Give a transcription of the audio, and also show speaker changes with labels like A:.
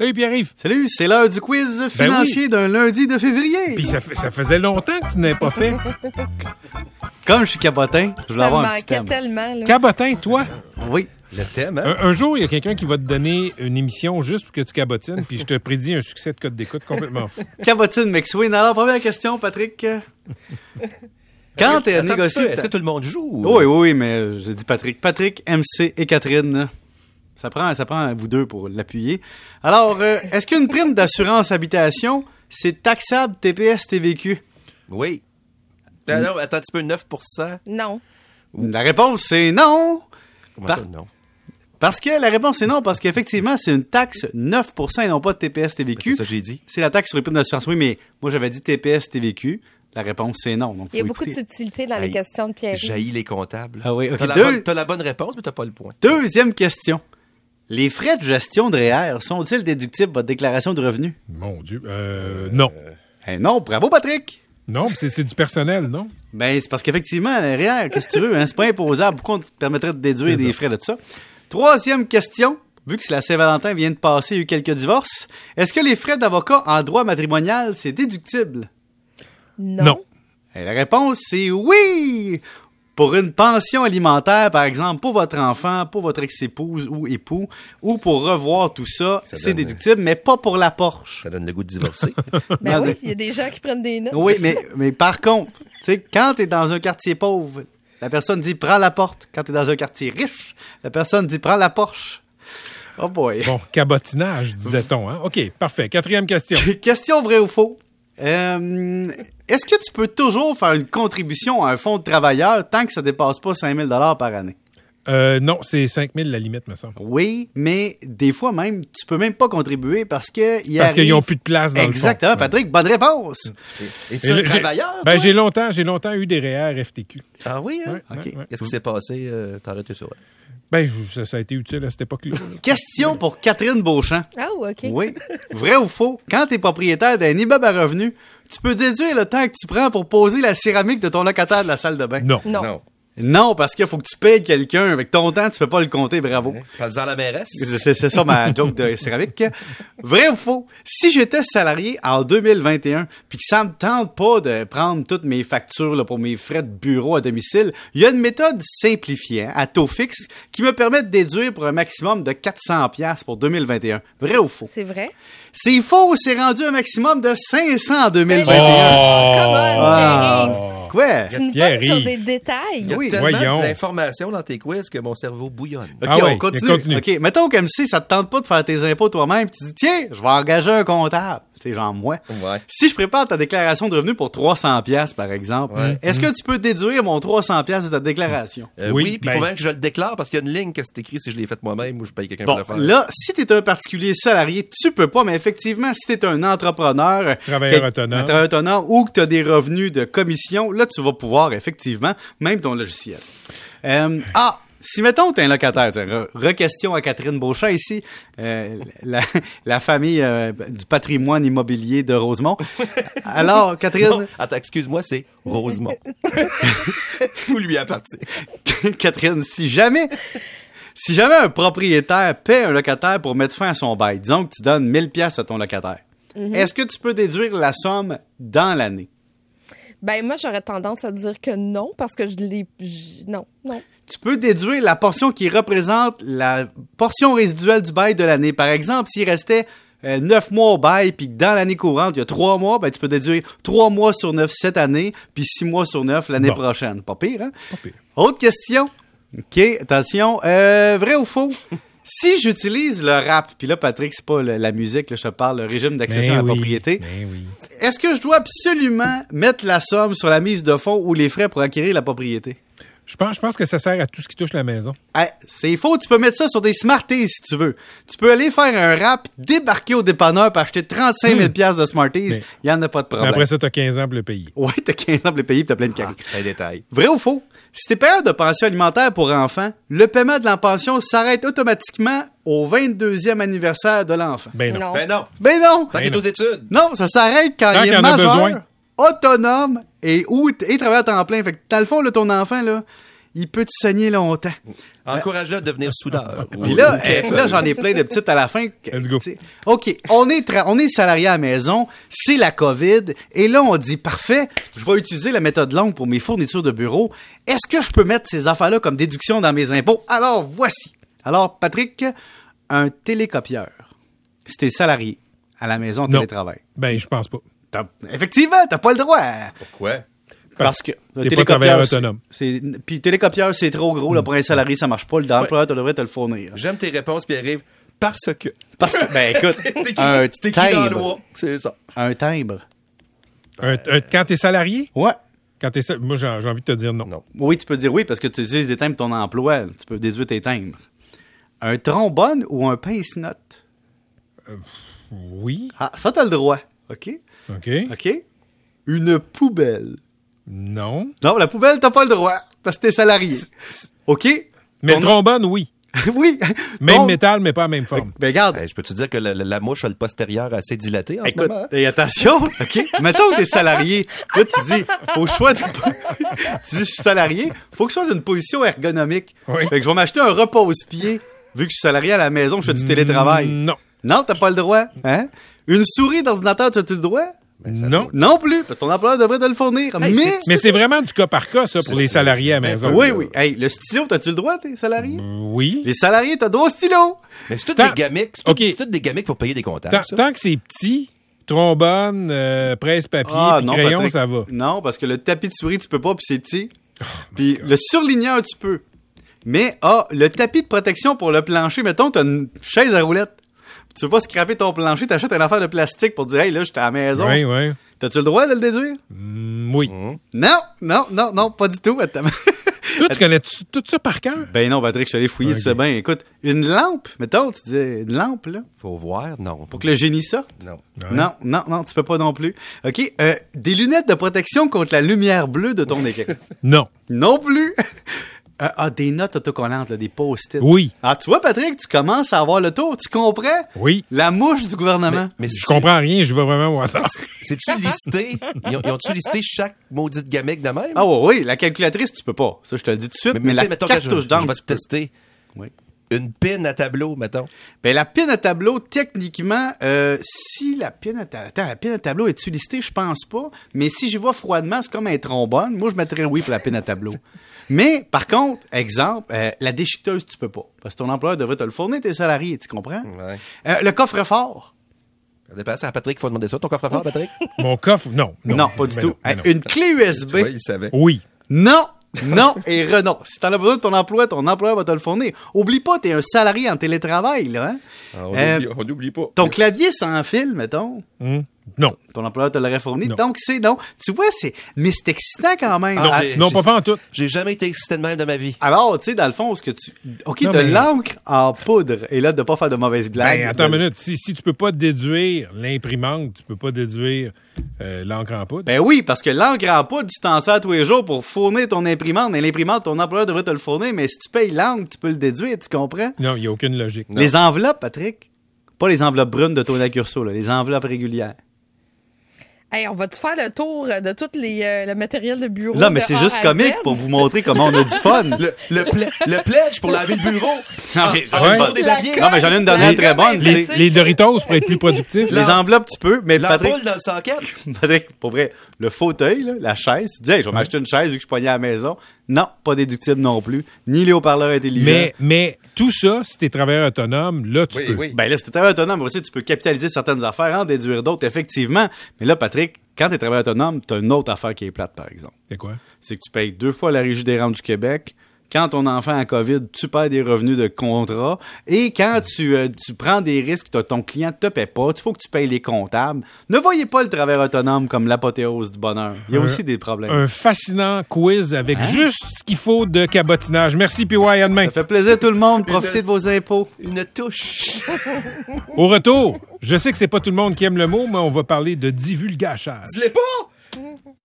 A: Hey Pierre-Yves!
B: Salut, c'est l'heure du quiz financier d'un lundi de février.
A: Puis ça, fait- ça faisait longtemps que tu n'avais pas fait.
B: Comme je suis cabotin, je voulais
C: Ça me
B: avoir un petit
C: manquait
B: thème.
C: tellement. Là.
A: Cabotin, toi!
B: Oui.
D: Le thème, hein?
A: Un, un jour, il y a quelqu'un qui va te donner une émission juste pour que tu cabotines, puis je te prédis un succès de code d'écoute complètement fou.
B: Cabotine McSween. Alors, première question, Patrick. Quand elle
D: Attends un
B: négocie...
D: petit peu, Est-ce que tout le monde joue?
B: Oui, oui, oui, mais euh, j'ai dit Patrick. Patrick, MC et Catherine. Ça prend, ça prend vous deux pour l'appuyer. Alors, euh, est-ce qu'une prime d'assurance habitation, c'est taxable TPS TVQ?
D: Oui. Ah non, attends un petit peu, 9 Comment
C: Non.
B: La réponse, c'est non.
D: ça,
B: Par-
D: non?
B: Parce que la réponse est non, parce qu'effectivement, c'est une taxe 9 et non pas TPS
D: C'est
B: TVQ.
D: ça que j'ai dit.
B: Ben, C'est la taxe sur les primes d'assurance. Oui, mais moi, j'avais dit TPS TVQ. La réponse, c'est non. Donc,
C: Il y a
B: faut
C: beaucoup de
B: écouter.
C: subtilité dans les
D: Aïe.
C: questions de Pierre.
D: Jaillit les comptables.
B: Ah oui, ok.
D: T'as la,
B: Deux-
D: bonne, t'as la bonne réponse, mais t'as pas le point.
B: Deuxième question. Les frais de gestion de REER sont-ils déductibles de votre déclaration de revenus?
A: Mon Dieu. Euh, non.
B: Eh non, bravo, Patrick!
A: Non, c'est c'est du personnel, non?
B: Ben, c'est parce qu'effectivement, le REER, qu'est-ce que tu veux? Hein? C'est pas imposable. Pourquoi on te permettrait de déduire
A: C'est
B: des
A: ça.
B: frais de ça? Troisième question. Vu que la Saint-Valentin vient de passer, il y a eu quelques divorces. Est-ce que les frais d'avocat en droit matrimonial, c'est déductible?
C: Non.
B: Et la réponse, c'est oui! Pour une pension alimentaire, par exemple, pour votre enfant, pour votre ex-épouse ou époux, ou pour revoir tout ça,
D: Ça
B: c'est
D: donne-
B: déductible, mais pas pour la Porsche.
D: Ça donne le goût de divorcer.
C: Ben
B: Regardez.
C: oui, il y a des gens qui prennent des notes.
B: Oui, mais, mais par contre, tu sais, quand t'es dans un quartier pauvre, la personne dit prends la porte. Quand t'es dans un quartier riche, la personne dit prends la Porsche. Oh boy.
A: Bon, cabotinage, disait-on. Hein? OK, parfait. Quatrième question.
B: Question vraie ou faux? Euh, Est-ce que tu peux toujours faire une contribution à un fonds de travailleurs tant que ça dépasse pas 5000 dollars par année?
A: Euh, non, c'est 5000 la limite, me semble.
B: Oui, mais des fois même, tu peux même pas contribuer parce que y
A: Parce
B: arrive-
A: qu'ils n'ont plus de place dans
B: Exactement,
A: le fond.
B: Patrick, bonne réponse.
D: Es-tu un
A: J'ai-
D: travailleur?
A: Ben,
D: toi?
A: j'ai longtemps, j'ai longtemps eu des E REER FTQ.
D: Ah oui, hein?
B: Ok.
A: Ouais, ouais.
D: Qu'est-ce qui s'est passé? Euh, T'as arrêté ça. ouais.
A: Ben, je- ça, ça a été utile à cette époque-là.
B: Question pour Catherine Beauchamp.
C: Ah, OK.
B: Oui, vrai ou faux, quand tu es propriétaire d'un immeuble à revenus, tu peux déduire le temps que tu prends pour poser la céramique de ton locataire de la salle de bain.
A: non.
C: Non.
B: Non, parce qu'il faut que tu payes quelqu'un. Avec ton temps, tu peux pas le compter, bravo.
D: Hein? Parle-en à la mairesse.
B: C'est c'est ça ma joke de céramique. Vrai ou faux? Si j'étais salarié en 2021 puis que ça me tente pas de prendre toutes mes factures là, pour mes frais de bureau à domicile, il y a une méthode simplifiée hein, à taux fixe qui me permet de déduire pour un maximum de 400 pièces pour 2021. Vrai ou faux?
C: C'est vrai?
B: C'est faux, c'est rendu un maximum de 500 en 2021.
A: Oh!
C: Come on, Pierre-Yves.
A: Ah!
B: Quoi?
C: Tu nous
A: Pierre-Yves.
C: parles sur des
D: Il
C: détails.
D: y a
B: Oui.
D: tellement
A: Voyons.
D: d'informations dans tes quiz que mon cerveau bouillonne.
B: OK,
A: Ah
B: on
A: ouais,
B: continue.
A: continue.
B: OK, mettons que MC, ça te tente pas de faire tes impôts toi-même, puis tu dis tiens, je vais engager un comptable, c'est genre moi.
D: Ouais.
B: Si je prépare ta déclaration de revenus pour 300 pièces par exemple,
D: Ouais.
B: est-ce que tu peux déduire mon 300 pièces de ta déclaration
D: Euh,
A: Oui,
D: oui, puis
A: ben-
D: faut même que je le déclare parce qu'il y a une ligne que c'est écrit si je l'ai faite moi-même ou je paye quelqu'un
B: Bon,
D: pour le faire.
B: là, si tu es un particulier salarié, tu peux pas, mais effectivement, si tu es un entrepreneur, euh,
A: Travailleur
B: quel-
A: autonome.
B: un travailleur autonome ou que tu as des revenus de commission, là, tu vas pouvoir, effectivement, même ton logiciel. Euh, ah! Si, mettons, tu es un locataire, tiens, re- re-question à Catherine Beauchamp ici, euh, la, la famille euh, du patrimoine immobilier de Rosemont. Alors, Catherine,
D: Non, attends, excuse-moi, c'est Rosemont. Tout lui appartient.
B: Catherine, si jamais, si jamais un propriétaire paie un locataire pour mettre fin à son bail, disons que tu donnes 1000 pièces à ton locataire, est-ce que tu peux déduire la somme dans l'année?
C: Ben, moi, j'aurais tendance à dire que non, parce que je l'ai. je- Non, non.
B: Tu peux déduire la portion qui représente la portion résiduelle du bail de l'année. Par exemple, s'il restait 9 mois au bail, puis que dans l'année courante, il y a 3 mois, ben, tu peux déduire 3 mois sur 9 cette année, puis 6 mois sur 9 l'année
A: Bon.
B: prochaine. Pas pire, hein?
A: Pas pire.
B: Autre question. OK, attention. Euh, vrai ou faux? si j'utilise le rap, puis là, Patrick, c'est pas le- la musique, là, je te parle, le régime d'accession
A: Ben
B: à la
A: oui,
B: propriété.
A: ben oui.
B: Est-ce que je dois absolument mettre la somme sur la mise de fonds ou les frais pour acquérir la propriété?
A: Je pense, je pense que ça sert à tout ce qui touche la maison.
B: Hey, c'est faux, tu peux mettre ça sur des Smarties si tu veux. Tu peux aller faire un rap, débarquer au dépanneur, puis acheter 35 000 piastres de Smarties.
A: Hmm. Mais-
B: Il n'y en a pas de
A: Mais
B: problème.
A: après ça, Ah. t'as 15 ans pour le payer.
B: Ouais, t'as 15 ans pour le payer, puis t'as plein de caries.
D: Un détail.
B: Vrai ou faux? Si t'es payeur de pension alimentaire pour enfants, le paiement de la pension s'arrête automatiquement au 22e anniversaire de l'enfant.
A: Ben non.
C: Non.
D: Ben non,
B: Ben non!
D: tant qu'il est
A: non.
D: aux études.
B: Non, ça s'arrête quand
A: Tant
B: il
A: qu'il y
B: est
A: en a
B: majeur,
A: besoin.
B: autonome et, ou, et travaille à temps plein. Fait que dans le fond, là, ton enfant, là, il peut te saigner longtemps.
D: Encourage-le à devenir soudeur.
B: Puis
D: Ou-
B: là,
D: ou
B: eh,
D: chef.
B: là, j'en ai plein de petites à la fin. que-
A: Ah Let's go.
B: t'sais, OK, on est, tra- on est salarié à la maison, c'est la COVID, et là, on dit, parfait, je vais utiliser la méthode longue pour mes fournitures de bureau. Est-ce que je peux mettre ces affaires-là comme déduction dans mes impôts? Alors, voici. Alors, Patrick, un télécopieur. C'était salarié à la maison en
A: Non.
B: télétravail.
A: Ben, je pense pas.
B: T'as- Effectivement, t'as pas le droit.
D: Pourquoi?
B: Parce que
A: t'es pas travailleur autonome.
B: c'est- c'est- Puis télécopieur, c'est trop gros. Là, pour un salarié, ça marche pas. Le L'employeur te devrait te le fournir.
D: J'aime tes réponses, puis arrive parce que.
B: Parce que, ben écoute,
D: C'est écrit-
B: un
D: c'est écrit dans la
B: timbre.
D: loi. C'est ça.
B: Un timbre.
A: Un- un- quand t'es salarié,
B: Ouais.
A: quand t'es sa- moi, j'ai j'ai envie de te dire non.
D: Non.
B: Oui, tu peux dire oui parce que tu utilises des timbres de ton emploi. Tu peux déduire tes timbres. Un trombone ou un pince-note?
A: Oui,
B: Ah, ça, t'as le droit. OK?
A: OK.
B: OK? Une poubelle.
A: Non.
B: Non, la poubelle, t'as pas le droit parce que t'es salarié. OK?
A: Mais
B: Ton-
A: le trombone, oui.
B: oui.
A: Même
B: Ton-
A: métal, mais pas la même forme.
B: Ben, regarde.
D: Ben, je peux te dire que la, la- la mouche a le postérieur assez dilaté en ce
B: Écoute,
D: moment. hein.
B: et attention, OK? Mettons que t'es salarié. Là, tu dis, faut que je sois... tu dis, je suis salarié, faut que je sois dans une position ergonomique.
A: Oui.
B: Fait que je vais m'acheter un repose-pied, vu que je suis salarié à la maison, je fais du télétravail.
A: Mm, Non.
B: Non, t'as pas le droit. Hein? Une souris d'ordinateur, tu as-tu le droit?
A: non.
B: Non plus, parce que ton employeur devrait te le fournir.
D: Hey,
B: mais...
A: Mais c'est vraiment du cas par cas, ça, pour
D: C'est-
A: les salariés à la maison.
B: Oui, oui. Hey, le stylo, t'as-tu le droit, t'es salarié?
A: Mm. Oui.
B: Les salariés, t'as droit au stylo.
D: Mais c'est toutes
A: Tant-
D: des gamiques. C'est tout-
A: OK.
D: c'est toutes des gamiques pour payer des comptables.
A: Tant,
D: ça.
A: tant que c'est petit, trombone, euh, presse-papier, puis crayon,
B: Ah, Patrick.
A: ça va. Oh
B: Non, parce que le tapis de souris, tu peux pas, puis c'est petit. puis le surligneur, tu peux. Mais, ah, le tapis de protection pour le plancher, mettons, t'as une chaise à roulettes. Tu veux pas scraper ton plancher, t'achètes un affaire de plastique pour dire, hey, là, j'étais à la maison. Mm-hmm.
A: Oui, oui.
B: T'as-tu le droit de le déduire?
A: Mm, oui.
B: Non, non, non, non, pas du tout. Attends.
A: Toi, tu connais tu- tout ça par cœur?
B: ben non, Patrick, je suis allé fouiller de
A: Ok.
B: ce bain. Écoute, une lampe, mettons, tu dis, une lampe, là,
D: Faut voir, non.
B: pour que le génie sorte.
D: Non.
A: Ouais.
B: Non, non, non, tu peux pas non plus. OK, euh, des lunettes de protection contre la lumière bleue de ton écran.
A: Non.
B: Non plus. Euh, ah, des notes autocollantes, là, des post-it.
A: Oui.
B: Ah, tu vois, Patrick, tu commences à avoir le tour. Tu comprends?
A: Oui.
B: La mouche du gouvernement.
D: Mais c'est-
A: Je comprends rien, je veux vraiment voir ça.
D: C'est-tu listé? Ils ont- ils ont-tu listé chaque maudite gamique de même?
B: Ah oui, oui, la calculatrice, tu peux pas. Ça, je te le dis tout de suite. Mais,
D: tu sais,
B: la
D: mettons que je,
B: cartouche
D: je
B: d'encre,
D: vais
B: tu
D: te
B: peux.
D: tester.
B: Oui.
D: Une pin à tableau, mettons.
B: Ben, la pine à tableau, techniquement, euh, si la pine à, ta- Attends, la pine à tableau est-tu listée? Je pense pas. Mais si j'y vois froidement, c'est comme un trombone. Moi, je mettrais oui pour la pine à tableau. Mais, par contre, exemple, euh, la déchiqueteuse, tu peux pas. Parce que ton employeur devrait te le fournir, tes salariés, tu comprends?
D: Ouais.
B: Euh, le coffre-fort.
D: Ça dépend, c'est à Patrick qu'il faut demander ça. Ton coffre-fort, Patrick?
A: Mon coffre, non.
B: Non,
A: Non,
B: pas du
A: mais
B: tout.
A: non, mais
B: Hey,
A: non.
B: Une clé USB.
D: Oui, il savait.
A: Oui.
B: Non, non et renon. Si t'en as besoin de ton emploi, ton employeur va te le fournir. Oublie pas, t'es un salarié en télétravail, là. hein?
D: Ah,
B: Euh,
D: n'oublie pas.
B: ton clavier sans fil, mettons.
A: Hum. Non.
B: Ton employeur te l'aurait fourni.
A: Non.
B: Donc, c'est non. Tu vois, c'est. Mais c'est excitant quand même.
D: Ah,
B: Ah,
D: j'ai-
A: Non, pas, pas en tout.
D: J'ai jamais été excité de même de ma vie.
B: Alors, tu sais, dans le fond, ce que tu. OK,
A: Non,
B: de
A: mais-
B: l'encre en poudre. Et là, de pas faire de mauvaises blagues.
A: Ben, attends
B: De-
A: une minute. Si, si tu peux pas déduire l'imprimante, tu peux pas déduire euh, l'encre en poudre.
B: Ben oui, parce que l'encre en poudre, tu t'en sers tous les jours pour fournir ton imprimante. Et l'imprimante, ton employeur devrait te le fournir. Mais si tu payes l'encre, tu peux le déduire, tu comprends?
A: Non, il n'y a aucune logique.
B: Les enveloppes, Patrick. Pas les enveloppes brunes de Tony Curso, là, les enveloppes régulières.
C: Hey, on va-tu faire le tour de tout les, euh, le matériel de bureau?
B: Là, mais
C: de
B: c'est
C: A
B: juste
C: à
B: comique
C: Z?
B: pour vous montrer comment on a du fun. Non,
D: Le, le, pla- le pledge pour laver le bureau.
B: mais
D: Ah,
B: j'en ai
A: ouais.
B: une bonne.
D: des
C: La
D: papiers.
C: colle,
B: Non, mais j'en ai une dernière
C: la
B: très
C: colle,
B: bonne,
C: ben,
A: Les,
C: c'est-
A: les Doritos pour être plus productif.
B: Les enveloppes, tu peux, mais
D: La
B: Patrick,
D: boule dans le 104.
B: Patrick, pour vrai, le fauteuil, là, la chaise, tu dis, Hey, je vais m'acheter une chaise vu que je poignais à la maison. Non, pas déductible non plus, ni les haut-parleurs intelligents.
A: Mais, mais tout ça, si t'es travailleur autonome, là, tu
D: Oui,
A: peux.
D: oui.
B: Ben là, si t'es travailleur autonome, aussi, tu peux capitaliser certaines affaires, en déduire d'autres, effectivement. Mais là, Patrick, quand t'es travailleur autonome, t'as une autre affaire qui est plate, par exemple.
A: C'est quoi?
B: c'est que tu payes deux fois la Régie des rentes du Québec. Quand ton enfant a COVID, tu perds des revenus de contrat. Et quand tu, euh, tu prends des risques, t'as- ton client ne te paie pas, il faut que tu payes les comptables. Ne voyez pas le travers autonome comme l'apothéose du bonheur. Il y a
A: Un-
B: aussi des problèmes.
A: Un fascinant quiz avec juste ce qu'il faut de cabotinage. Merci, PY, à demain.
B: Hein? Ça fait plaisir tout le monde. Profitez de vos impôts.
D: Une touche.
A: Au retour, je sais que c'est pas tout le monde qui aime le mot, mais on va parler de divulgachage.
D: Dis-le pas!